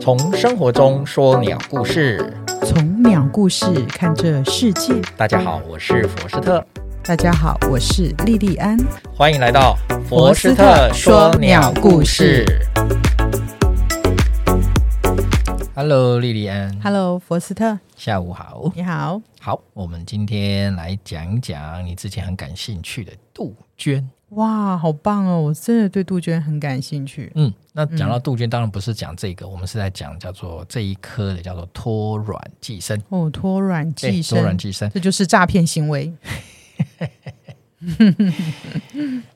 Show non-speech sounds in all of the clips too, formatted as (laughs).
从生活中说鸟故事。从鸟故事看这世界。大家好，我是佛斯特，大家好，我是莉莉安。欢迎来到佛斯特说鸟故事。 Hello，莉莉安 Hello，佛斯特，下午好。你好。好，我们今天来讲讲你之前很感兴趣的杜鹃。哇，好棒哦！我真的对杜鹃很感兴趣。嗯，那讲到杜鹃，当然不是讲这嗯个，我们是在讲叫做这一科的叫做脱卵寄生。哦，脱卵对寄脱卵生，寄生这就是诈骗行为。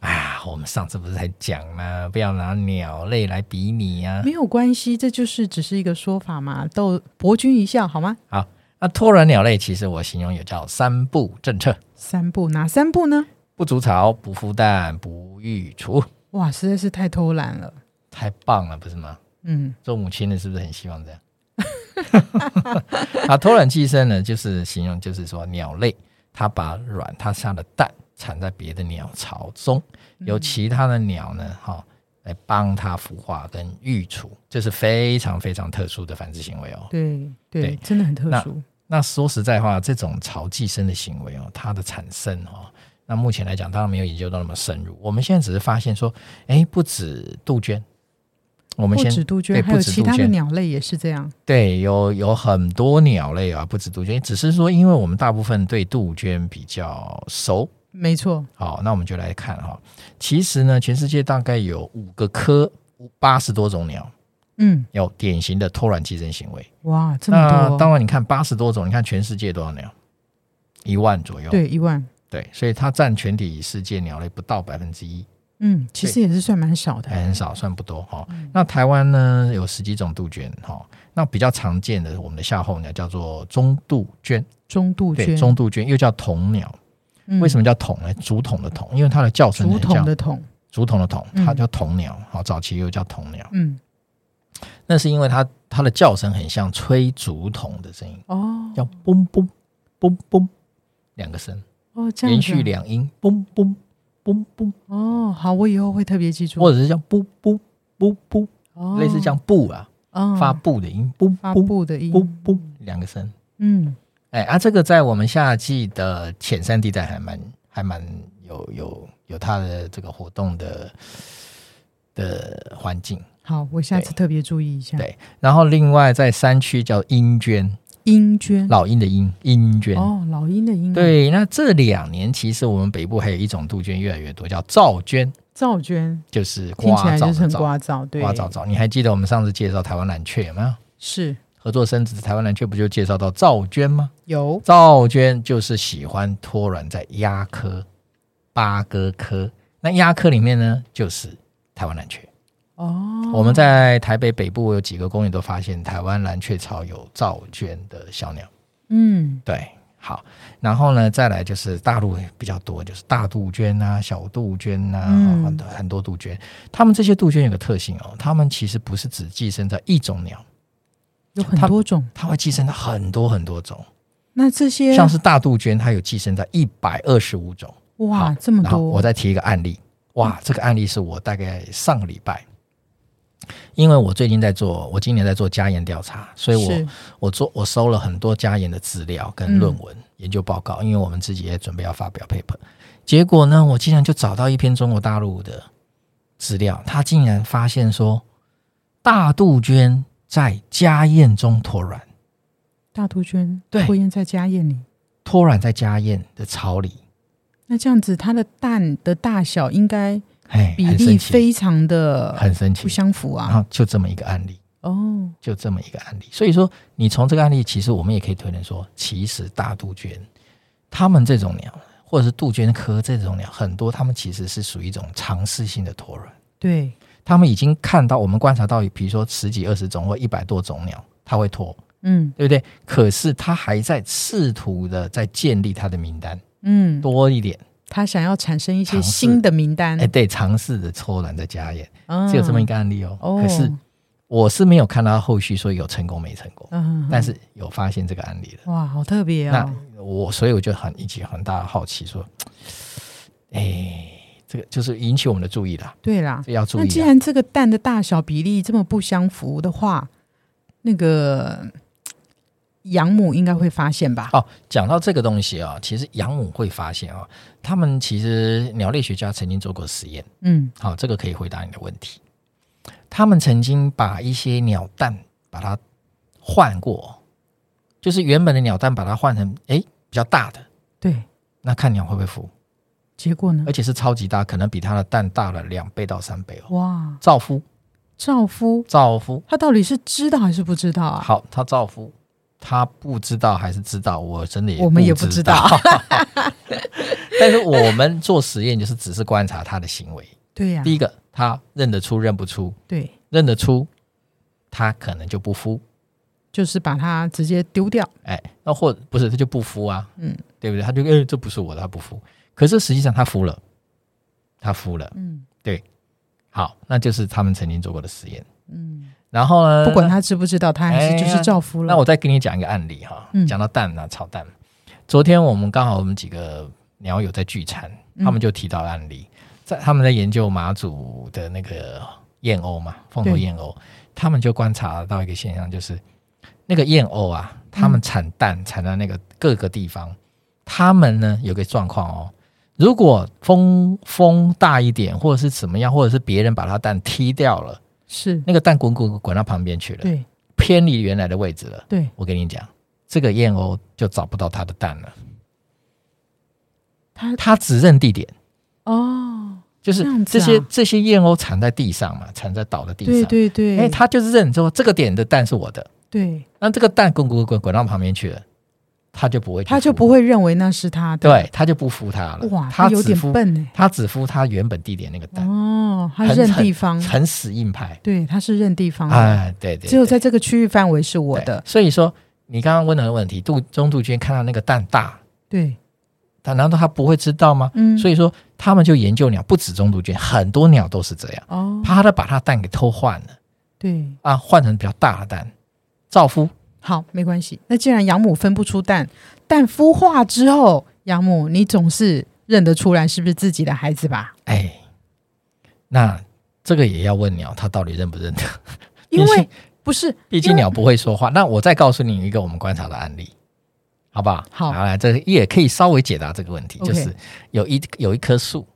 啊！我们上次不是才讲吗？不要拿鸟类来比拟啊。没有关系，这就是只是一个说法嘛，逗博君一笑好吗？好，那脱卵鸟类其实我形容有叫三不政策：三步哪三步呢？不筑巢、不孵蛋、不育雏。哇，实在是太偷懒了。太棒了，不是吗？嗯，做母亲的是不是很希望这样？ (laughs) 啊，脱卵寄生呢，就是形容就是说鸟类它把卵它下的蛋产在别的鸟巢中，由其他的鸟呢，哈、来帮它孵化跟育雏，这是非常非常特殊的繁殖行为哦。对对，对真的很特那殊。那说实在话，这种巢寄生的行为哦，它的产生哦，那目前来讲当然没有研究到那么深入。我们现在只是发现说，哎，不止杜鹃，我们不先止杜对鹃，还不有止其杜他的鹃鸟类也是这样。对，有有很多鸟类啊，不止杜鹃，只是说，因为我们大部分对杜鹃比较熟，没错，好，那我们就来看哈、其实呢，全世界大概有五个科，八十多种鸟嗯，有典型的偷卵寄生行为。哇，这么那多哦，当然，你看八十多种，你看全世界多少鸟？一万左右。对，一万，对所以它占全体世界鸟类不到百分之一，嗯，其实也是算蛮少的，还很少，算不多哈、嗯那台湾呢，有十几种杜鹃哈、那比较常见的，我们的夏候鸟叫做中杜鹃。中杜对，鹃，中度鹃又叫筒鸟。嗯为什么叫筒呢？竹筒的筒，因为它的叫声竹很筒像的筒，竹筒的筒，嗯它叫筒鸟。好，早期又叫筒鸟，嗯，那是因为它它的叫声很像吹竹筒的声音，哦叫嘣嘣嘣嘣两个声，哦，这样连子啊续两音，嘣嘣嘣嘣，哦，好，我以后会特别记住，或者是像不不不不，哦类似这样不啊，哦发不的音，不发不布的音，不不两个声。嗯，哎啊，这个在我们夏季的浅山地带还蛮还蛮有有有它的这个活动的的环境。好，我下次特别注意一下，对然后另外在山区叫鹰鹃，鹰鹃，老鹰的鹰，鹰鹃。嗯哦，老鹰的鹰，，对，那这两年其实我们北部还有一种杜鹃越来越多，叫噪鹃，噪鹃就是听呱起来噪就是的很噪，聒噪，对，呱噪噪。你还记得我们上次介绍台湾蓝雀有没有？是合作生殖台湾蓝雀不就介绍到噪鹃吗？有赵娟就是喜欢脱卵在鸭科、八哥科。那鸭科里面呢，就是台湾蓝雀。哦，我们在台北北部有几个公园都发现台湾蓝雀巢有赵娟的小鸟。嗯，对，好，然后呢，再来就是大陆比较多，就是大杜鹃啊、小杜鹃啊，嗯很多很多杜鹃。它们这些杜鹃有个特性哦，它们其实不是只寄生在一种鸟，有很它多种，它会寄生在很多很多种，那这些像是大杜鹃，它有寄生在一百二十五种。哇好这么然后嗯多，嗯我再提一个案例，哇，这个案例是我大概上个礼拜，因为我最近在做，我今年在做家研调查，所以我是我做我收了很多家研的资料跟论嗯文、研究报告，因为我们自己也准备要发表 paper。结果呢，我竟然就找到一篇中国大陆的资料，他竟然发现说，大杜鹃在家宴中脱卵，大杜鹃对脱燕在家宴里。脱卵在家宴的巢里，那这样子，它的蛋的大小应该哎，比很例神奇，非常的很神奇不。相符然啊。后就这么一个案例。哦，就这么一个案例。所以说，你从这个案例，其实我们也可以推论说，其实大杜鹃，它们这种鸟，或者是杜鹃科这种鸟，很多它们其实是属于一种尝试性的脱卵。对，它们已经看到，我们观察到，比如说十几、二十种或一百多种鸟，它会脱，嗯对不对？可是它还在试图的在建立它的名单，嗯，多一点，他想要产生一些尝试新的名单哎，，对，尝试的脱卵再加盐，嗯只有这么一个案例哦。哦，可是我是没有看到后续说有成功没成功，嗯，但是有发现这个案例了。哇，好特别那哦。我所以我就很引起很大的好奇，说，哎，这个就是引起我们的注意啦，啊对啦，这要注那意既啦。然这个蛋的大小比例这么不相符的话，那个养母应该会发现吧？哦，讲到这个东西啊、其实养母会发现啊、他们其实鸟类学家曾经做过实验，嗯好、这个可以回答你的问题。他们曾经把一些鸟蛋把它换过，就是原本的鸟蛋把它换成诶比较大的，对。那看鸟会不会孵，结果呢而？且是超级大，可能比它的蛋大了两倍到三倍哦。哇，造孵，丈夫造孵，他到底是知道还是不知道啊？好，他造福，他不知道还是知道，我真的也我们也不知知道。 (laughs) 但是我们做实验就是只是观察他的行为。对呀、第一个，他认得出认不出，对，认得出，他可能就不孵，就是把它直接丢掉。哎，那或不是他就不孵啊，嗯对不对？他就哎这不是我的，他不孵。可是实际上他孵了，他孵了。嗯好，那就是他们曾经做过的实验。嗯，然后呢，不管他知不知道，他还是就哎呀是照夫了。那我再跟你讲一个案例哈嗯，讲到蛋啊，炒蛋。昨天我们刚好我们几个鸟友在聚餐，嗯他们就提到案例，在他们在研究马祖的那个燕鸥嘛，凤头对燕鸥，他们就观察到一个现象，就是那个燕鸥啊，嗯他们产蛋产在那个各个地方，他们呢有个状况哦。如果风风大一点，或者是怎么样，或者是别人把它蛋踢掉了，是那个蛋滚滚滚到旁边去了，对偏离原来的位置了。对，我跟你讲，这个燕鸥就找不到它的蛋了，他它只认地点，哦，就是这样子这啊些这些燕鸥产在地上嘛，产在倒的地对上，对对，哎、它就是认说这个点的蛋是我的，对，那这个蛋滚滚滚滚到旁边去了，它就不会去孵，他就不会认为那是他的。对，它就不孵它了，哇，它他只有点孵，笨哎、它只孵它原本地点那个蛋，哦，他很认地方，很死硬派，对，他是认地方的，哎，对对对，嗯只有在这个区域范围是我的对。所以说你刚刚问的问题，杜中杜鹃看到那个蛋大，对，它难道它不会知道吗？嗯，所以说，他们就研究鸟，不止中杜鹃，很多鸟都是这样，哦，怕它把它蛋给偷换了对，啊，换成比较大的蛋，造孵。好，没关系。那既然养母分不出蛋，蛋孵化之后，养母你总是认得出来是不是自己的孩子吧？哎，那这个也要问鸟，它到底认不认得？因你为是不是毕竟鸟不会说话。那我再告诉你一个我们观察的案例，好不好？好来，这个也可以稍微解答这个问题， OK 就是有一有一棵树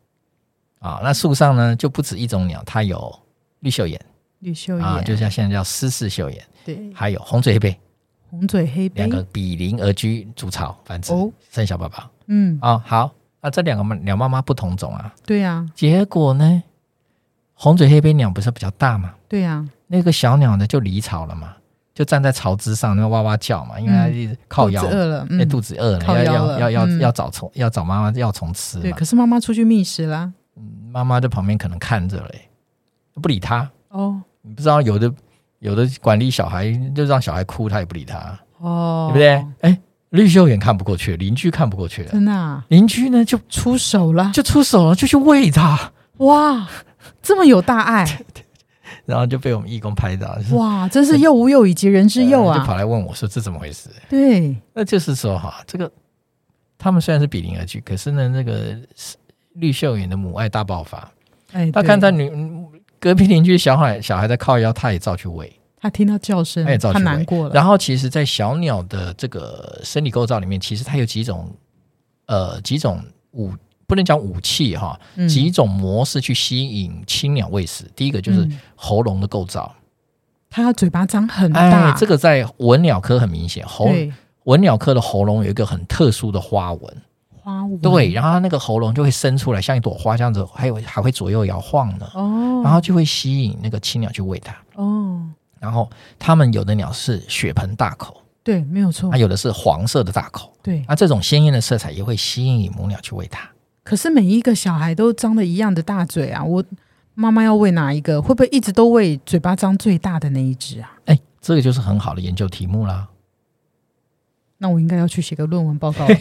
啊，那树上呢就不止一种鸟，它有绿袖眼吕秀妍、啊，就像现在叫丝翅袖眼，对还有红嘴黑背。红嘴黑背两个比邻而居筑巢繁殖，哦生小宝宝嗯，啊、好，那这两个妈鸟妈妈不同种啊，对呀、啊，结果呢，红嘴黑背鸟不是比较大嘛，对呀、啊，那个小鸟呢就离巢了嘛，就站在巢枝上那边哇哇叫嘛，因为它嗯一直靠腰肚，子饿了，那、嗯，肚子饿了，靠要腰要了要要、嗯要找虫，要找妈妈要虫吃对。嘛，可是妈妈出去觅食啦。妈妈在旁边可能看着嘞，不理它，哦你不知道有的有的管理小孩就让小孩哭，他也不理他，哦，对不对？哎，绿袖眼看不过去，邻居看不过去了。真的、啊、邻居呢就出手了，就出手了，就去喂它，哇，这么有大爱， (laughs) 然后就被我们义工拍到，就是哇，真是幼吾幼以及人之幼呃就跑啊！来问我说这怎么回事？对，那就是说哈，这个他们虽然是比邻而居，可是呢，那个绿袖眼的母爱大爆发，哎，他对看到女嗯隔壁邻居小孩小孩在靠腰，他也照去喂。他听到叫声他也，照他去难喂过了，然后其实，在小鸟的这个生理构造里面，其实它有几种呃几种武不能讲武器哈，嗯几种模式去吸引青鸟喂食。第一个就是嗯喉咙的构造。他嘴巴张很哎大，，这个在文鸟科很明显，喉对文鸟科的喉咙有一个很特殊的花纹，花纹，对，然后它那个喉咙就会伸出来，像一朵花这样子，还有还会左右摇晃呢，哦，然后就会吸引那个青鸟去喂它。哦，然后它们有的鸟是血盆大口，对，没有错啊，，有的是黄色的大口，对。啊，这种鲜艳的色彩也会吸引母鸟去喂它。可是每一个小孩都张的一样的大嘴啊，我妈妈要喂哪一个？会不会一直都喂嘴巴张最大的那一只啊？哎，这个就是很好的研究题目 (laughs) 啦。那我应该要去写个论文报 (laughs) 告了。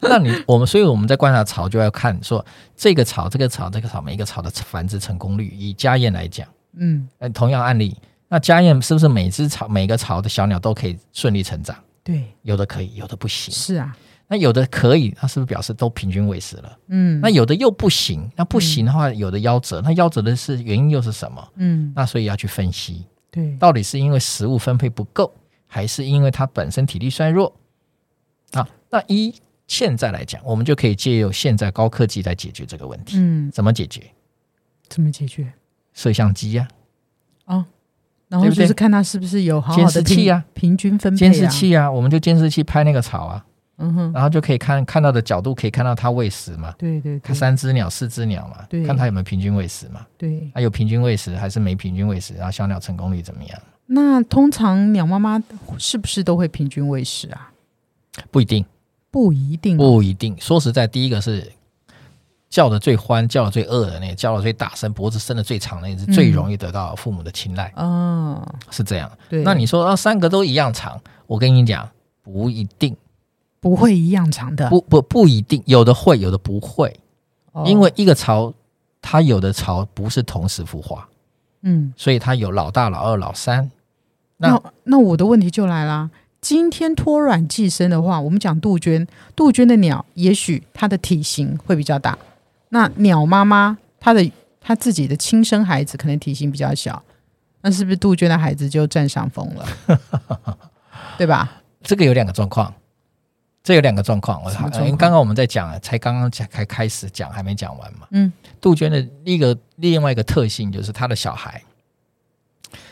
那你我们，所以我们在观察巢就要看说这个巢、这个巢、这个巢，每一个巢的繁殖成功率，以家燕来讲。嗯，呃，同样案例，那家燕是不是每只巢每个巢的小鸟都可以顺利成长？对，有的可以，有的不行。是啊，那有的可以，那是不是表示都平均喂食了？嗯，那有的又不行，那不行的话，有的夭折，那夭折的是原因又是什么？嗯，那所以要去分析。对，到底是因为食物分配不够，还是因为它本身体力衰弱？啊，那一现在来讲，我们就可以借由现在高科技来解决这个问题。嗯，怎么解决？怎么解决？摄像机呀、哦，然后对不对就是看他是不是有好好监的视器啊平均分配、啊，监视，器呀、我们就监视器拍那个草啊，嗯哼，然后就可以看看到的角度，可以看到它喂食嘛，对对看对，三只鸟、四只鸟嘛，对看它有没有平均喂食嘛，对。它有平均喂食还是没平均喂食，然后小鸟成功率怎么样？那通常鸟妈妈是不是都会平均喂食啊？不一定，不一定哦，不一定。说实在，第一个是叫的最欢、叫的最饿的那个，叫的最大声、脖子伸的最长的那只，嗯最容易得到父母的青睐，啊，是这样。对，那你说啊，三个都一样长，我跟你讲，不一定，不会一样长的，不不不一定，有的会，有的不会，哦因为一个巢，它有的巢不是同时孵化，嗯，所以它有老大、老二、老三。那那那我的问题就来啦。今天脱卵寄生的话，我们讲杜鹃，杜鹃的鸟也许它的体型会比较大，那鸟妈妈它的它自己的亲生孩子可能体型比较小，那是不是杜鹃的孩子就占上风 (laughs) 了？对吧？这个有两个状况，这有两个状况。我什么因状况为刚刚我们在讲，才刚刚才开始讲，还没讲完嘛。嗯，杜鹃的一个另外一个特性就是它的小孩，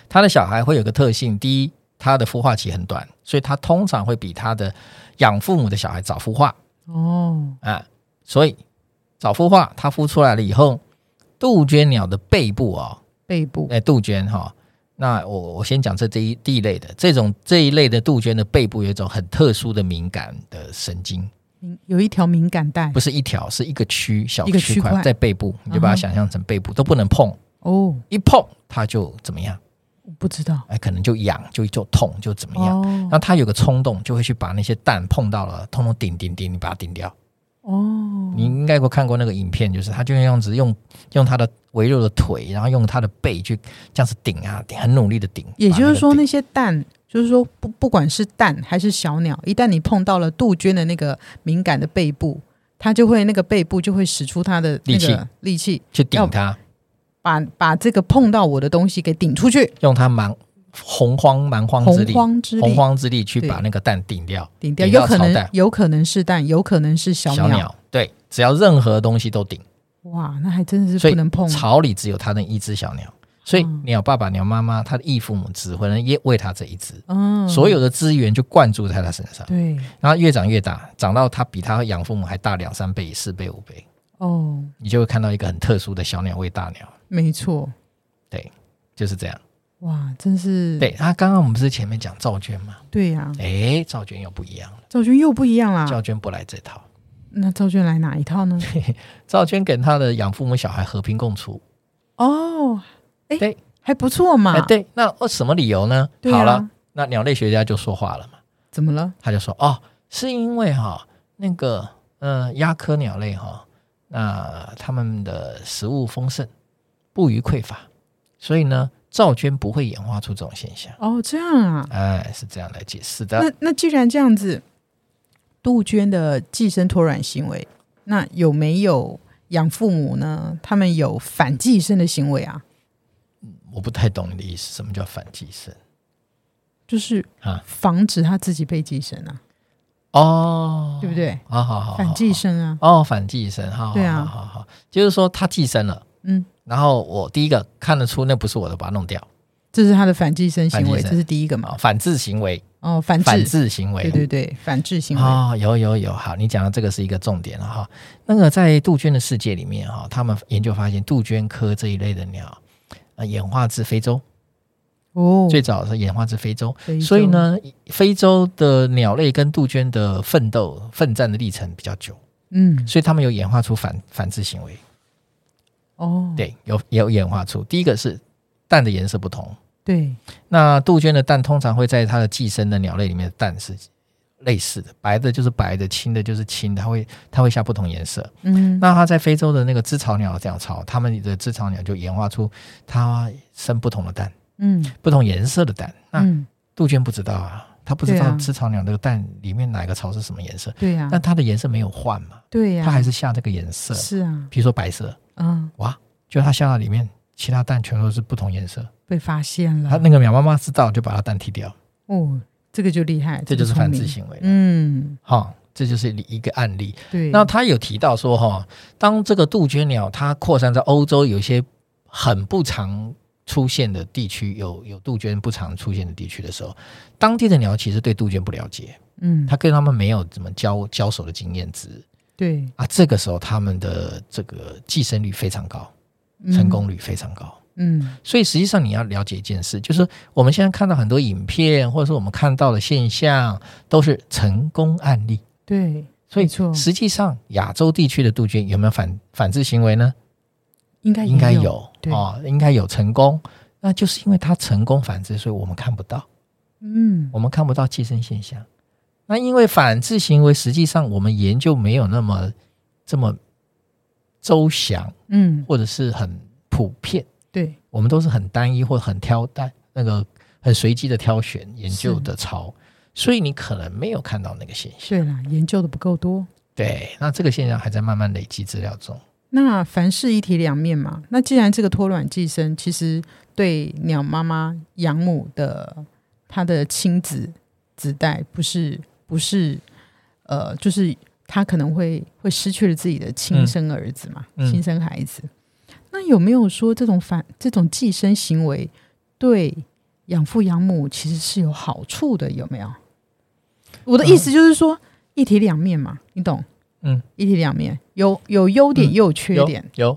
它的小孩会有个特性，第一，它的孵化期很短，所以它通常会比它的养父母的小孩早孵化哦，啊。所以早孵化，它孵出来了以后，杜鹃鸟的背部哦，背部哎，杜鹃哈、那我我先讲这第一第一类的，这种这一类的杜鹃的背部有一种很特殊的敏感的神经，敏有一条敏感带不是一条，是一个区小一个区区块块在背部，你就把它嗯哼想象成背部、都不能碰，哦，一碰它就怎么样？我不知道哎，可能就痒，就就痛，就怎么样？哦那它有个冲动，就会去把那些蛋碰到了，通通顶顶顶，你把它顶掉。哦，你应该有看过那个影片，就是它就用子用用它的微弱的腿，然后用它的背去这样子顶啊顶，很努力的顶。也把就是个说，顶那些蛋，就是说不不管是蛋还是小鸟，一旦你碰到了杜鹃的那个敏感的背部，它就会那个背部就会使出它的那力气个力气，去顶要它，把把这个碰到我的东西给顶出去，用他蛮洪荒蛮荒之洪力，荒之洪力荒之力去对把那个蛋顶掉，顶掉，顶到有可朝代能有可能是蛋，有可能是小小鸟对，只要任何东西都顶，哇，那还真的所是以不能碰，巢里只有它那一只小鸟，所以嗯鸟爸爸、鸟妈妈，它的义父母只会也喂它这一只，嗯，所有的资源就灌注在它身上，对然后越长越大，长到它比它养父母还大两三倍、四倍、五倍，哦，你就会看到一个很特殊的小鸟喂大鸟，没错，就是这样。哇，真是对，那、刚刚我们不是前面讲赵娟吗？对呀、哎，赵娟又不一样了，赵娟又不一样啦赵，娟不来这套。那赵娟来哪一套 (laughs) 呢？赵娟跟她的养父母小孩和平共处，哦，哎、对还不错嘛。哎，对，那哦什么理由呢？对啊好了，那鸟类学家就说话了嘛，怎么了？他就说哦，是因为哈、那个呃鸦科鸟类哈、那、它们的食物丰盛，不虞匮乏，所以呢，赵娟不会演化出这种现象。哦，这样啊。哎，是这样来解释的。那那既然这样子，杜鹃的寄生脱卵行为，那有没有养父母呢？他们有反寄生的行为啊？我不太懂你的意思，什么叫反寄生就是啊？防止他自己被寄生啊，哦，对不？对？好好好，反寄生啊，哦，反寄生，好，好对啊好好好，就是说它寄生了。嗯，然后我第一个看得出那不是我的，把它弄掉这是他的反寄生行反寄为，生这是第一个嘛啊，？反制行为，哦，反制，反制行为，对对对，反制行为，哦，有有有，好，你讲的这个是一个重点了哈。那个在杜鹃的世界里面哈，他们研究发现杜鹃科这一类的鸟，呃，演化至非洲，哦，最早是演化至非洲，非洲所以，呢，非洲的鸟类跟杜鹃的奋斗奋战的历程比较久，嗯，所以他们有演化出反反制行为，哦，对，有有演化出。第一个是蛋的颜色不同，对，那杜鹃的蛋通常会在它的寄生的鸟类里面的蛋是类似的，白的就是白的，青的就是青的，它会它会下不同颜色。嗯，那它在非洲的那个织草鸟这样巢，它们的织草鸟就演化出它生不同的蛋，嗯不同颜色的蛋。那嗯，杜鹃不知道啊，它不知对道啊织草鸟那个蛋里面哪个巢是什么颜色，对呀、但它的颜色没有换嘛，对呀、啊它还是下这个颜色，是啊，比如说白色，嗯，哇，就它下到里面其他蛋全部都是不同颜色。被发现它了。那个鸟妈妈知道就把它蛋剔掉，哦，这个就厉害，这就是个聪反明制。行为了。嗯，哈、这就是一个案例。对。那他有提到说，哈，当这个杜鹃鸟它扩散在欧洲，有一些很不常出现的地区，有有杜鹃不常出现的地区的时候，当地的鸟其实对杜鹃不了解，嗯，它跟他们没有怎么交交手的经验值对，啊。这个时候，他们的这个寄生率非常高，嗯成功率非常高。嗯所以实际上你要了解一件事，就是我们现在看到很多影片，或者是我们看到的现象，都是成功案例。对，所以没错实际上亚洲地区的杜鹃有没有反反制行为呢？应哎该也应该有有，对哦，应该有成功。那就是因为它成功反制，所以我们看不到，嗯我们看不到寄生现象。那因为反制行为，实际上我们研究没有那么这么周详，嗯，或者是很普遍。对，我们都是很单一或很挑单那个很随机的挑选研究的潮，所以你可能没有看到那个现象。对啦，研究的不够多。对，那这个现象还在慢慢累积资料中。那凡事一体两面嘛。那既然这个脱卵寄生，其实对鸟妈妈养母的它的亲子子代不是不是呃，就是它可能会会失去了自己的亲生儿子嘛，嗯嗯亲生孩子。那有没有说这种反这种寄生行为对养父养母其实是有好处的？有没有？我的意思就是说、一体两面嘛，你懂？嗯，一体两面，有有优点嗯也有缺有点。有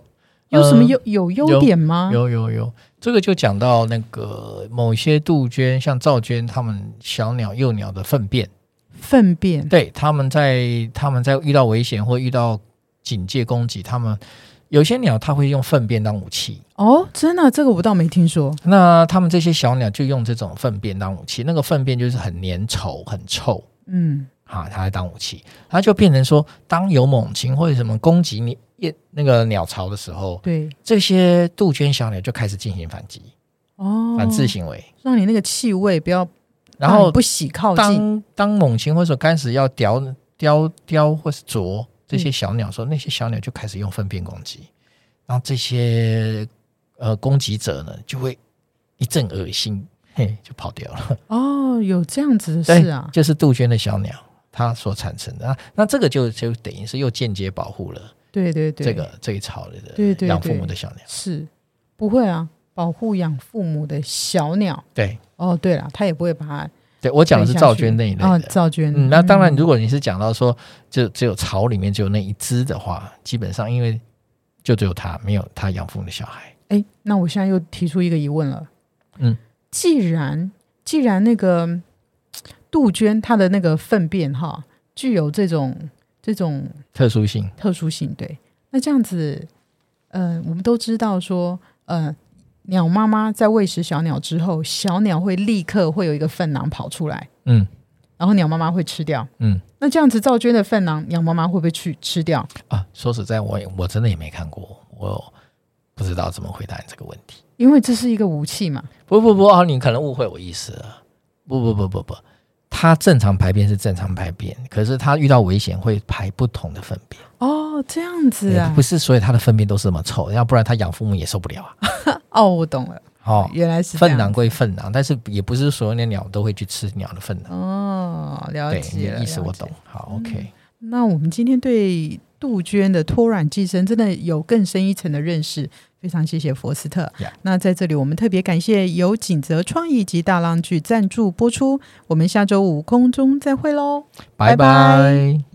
有什么嗯优有优点吗？有有有，这个就讲到那个某些杜鹃，像赵鹃，它们小鸟、幼鸟的粪便，粪便，对，它们在它们在遇到危险或遇到警戒攻击，它们有些鸟它会用粪便当武器，哦，真的、这个我倒没听说。那他们这些小鸟就用这种粪便当武器，那个粪便就是很粘稠、很臭嗯，啊，它来当武器，它就变成说，当有猛禽或者什么攻击你夜那个鸟巢的时候，对，这些杜鹃小鸟就开始进行反击、哦，反制行为。让你那个气味不要，然让你后不喜靠近。当当猛禽或者说开始要叼叼叼或是啄这嗯些小鸟的时候，那些小鸟就开始用粪便攻击，然后这些呃攻击者呢就会一阵恶心，嘿，就跑掉 (laughs) 了。哦，有这样子的对事啊。就是杜鹃的小鸟它所产生的。那啊那这个就就等于是又间接保护了对对对，这个这一巢的对对养父母对的小鸟。是不会啊，保护养父母的小鸟。对哦，对了，他也不会把它对，我讲的是推下赵去鹃那一类哦，的。赵娟。嗯，那当然，如果你是讲到说，就只有巢里面只有那一只的话，基本上因为就只有它，没有它养父母的小孩。哎，那我现在又提出一个疑问了。嗯，既然既然那个嗯杜鹃它的那个粪便哈，具有这种这种特殊性，特殊性，对，那这样子，呃，我们都知道说，呃，鸟妈妈在喂食小鸟之后，小鸟会立刻会有一个粪囊跑出来，嗯然后鸟妈妈会吃掉。嗯那这样子，赵娟的粪囊，鸟妈妈会不会去吃掉？啊，说实在，我也我真的也没看过，我不知道怎么回答你这个问题。因为这是一个武器嘛。不不不啊，你可能误会我意思了。不不不不不，它正常排便是正常排便，可是它遇到危险会排不同的粪便。哦，这样子啊对不，是所有它的粪便都是这么臭，要不然它养父母也受不了啊。哦，我懂了，哦，原来是这粪样囊归粪囊，但是也不是所有的鸟都会去吃鸟的粪囊。哦，了对，你解了的意思了我解嗯懂。好，OK，那我们今天对杜鹃的脱卵寄生真的有更深一层的认识，非常谢谢佛斯特。 Yeah 那在这里，我们特别感谢由锦泽创意及大浪剧赞助播出。我们下周五空中再会喽。拜拜拜拜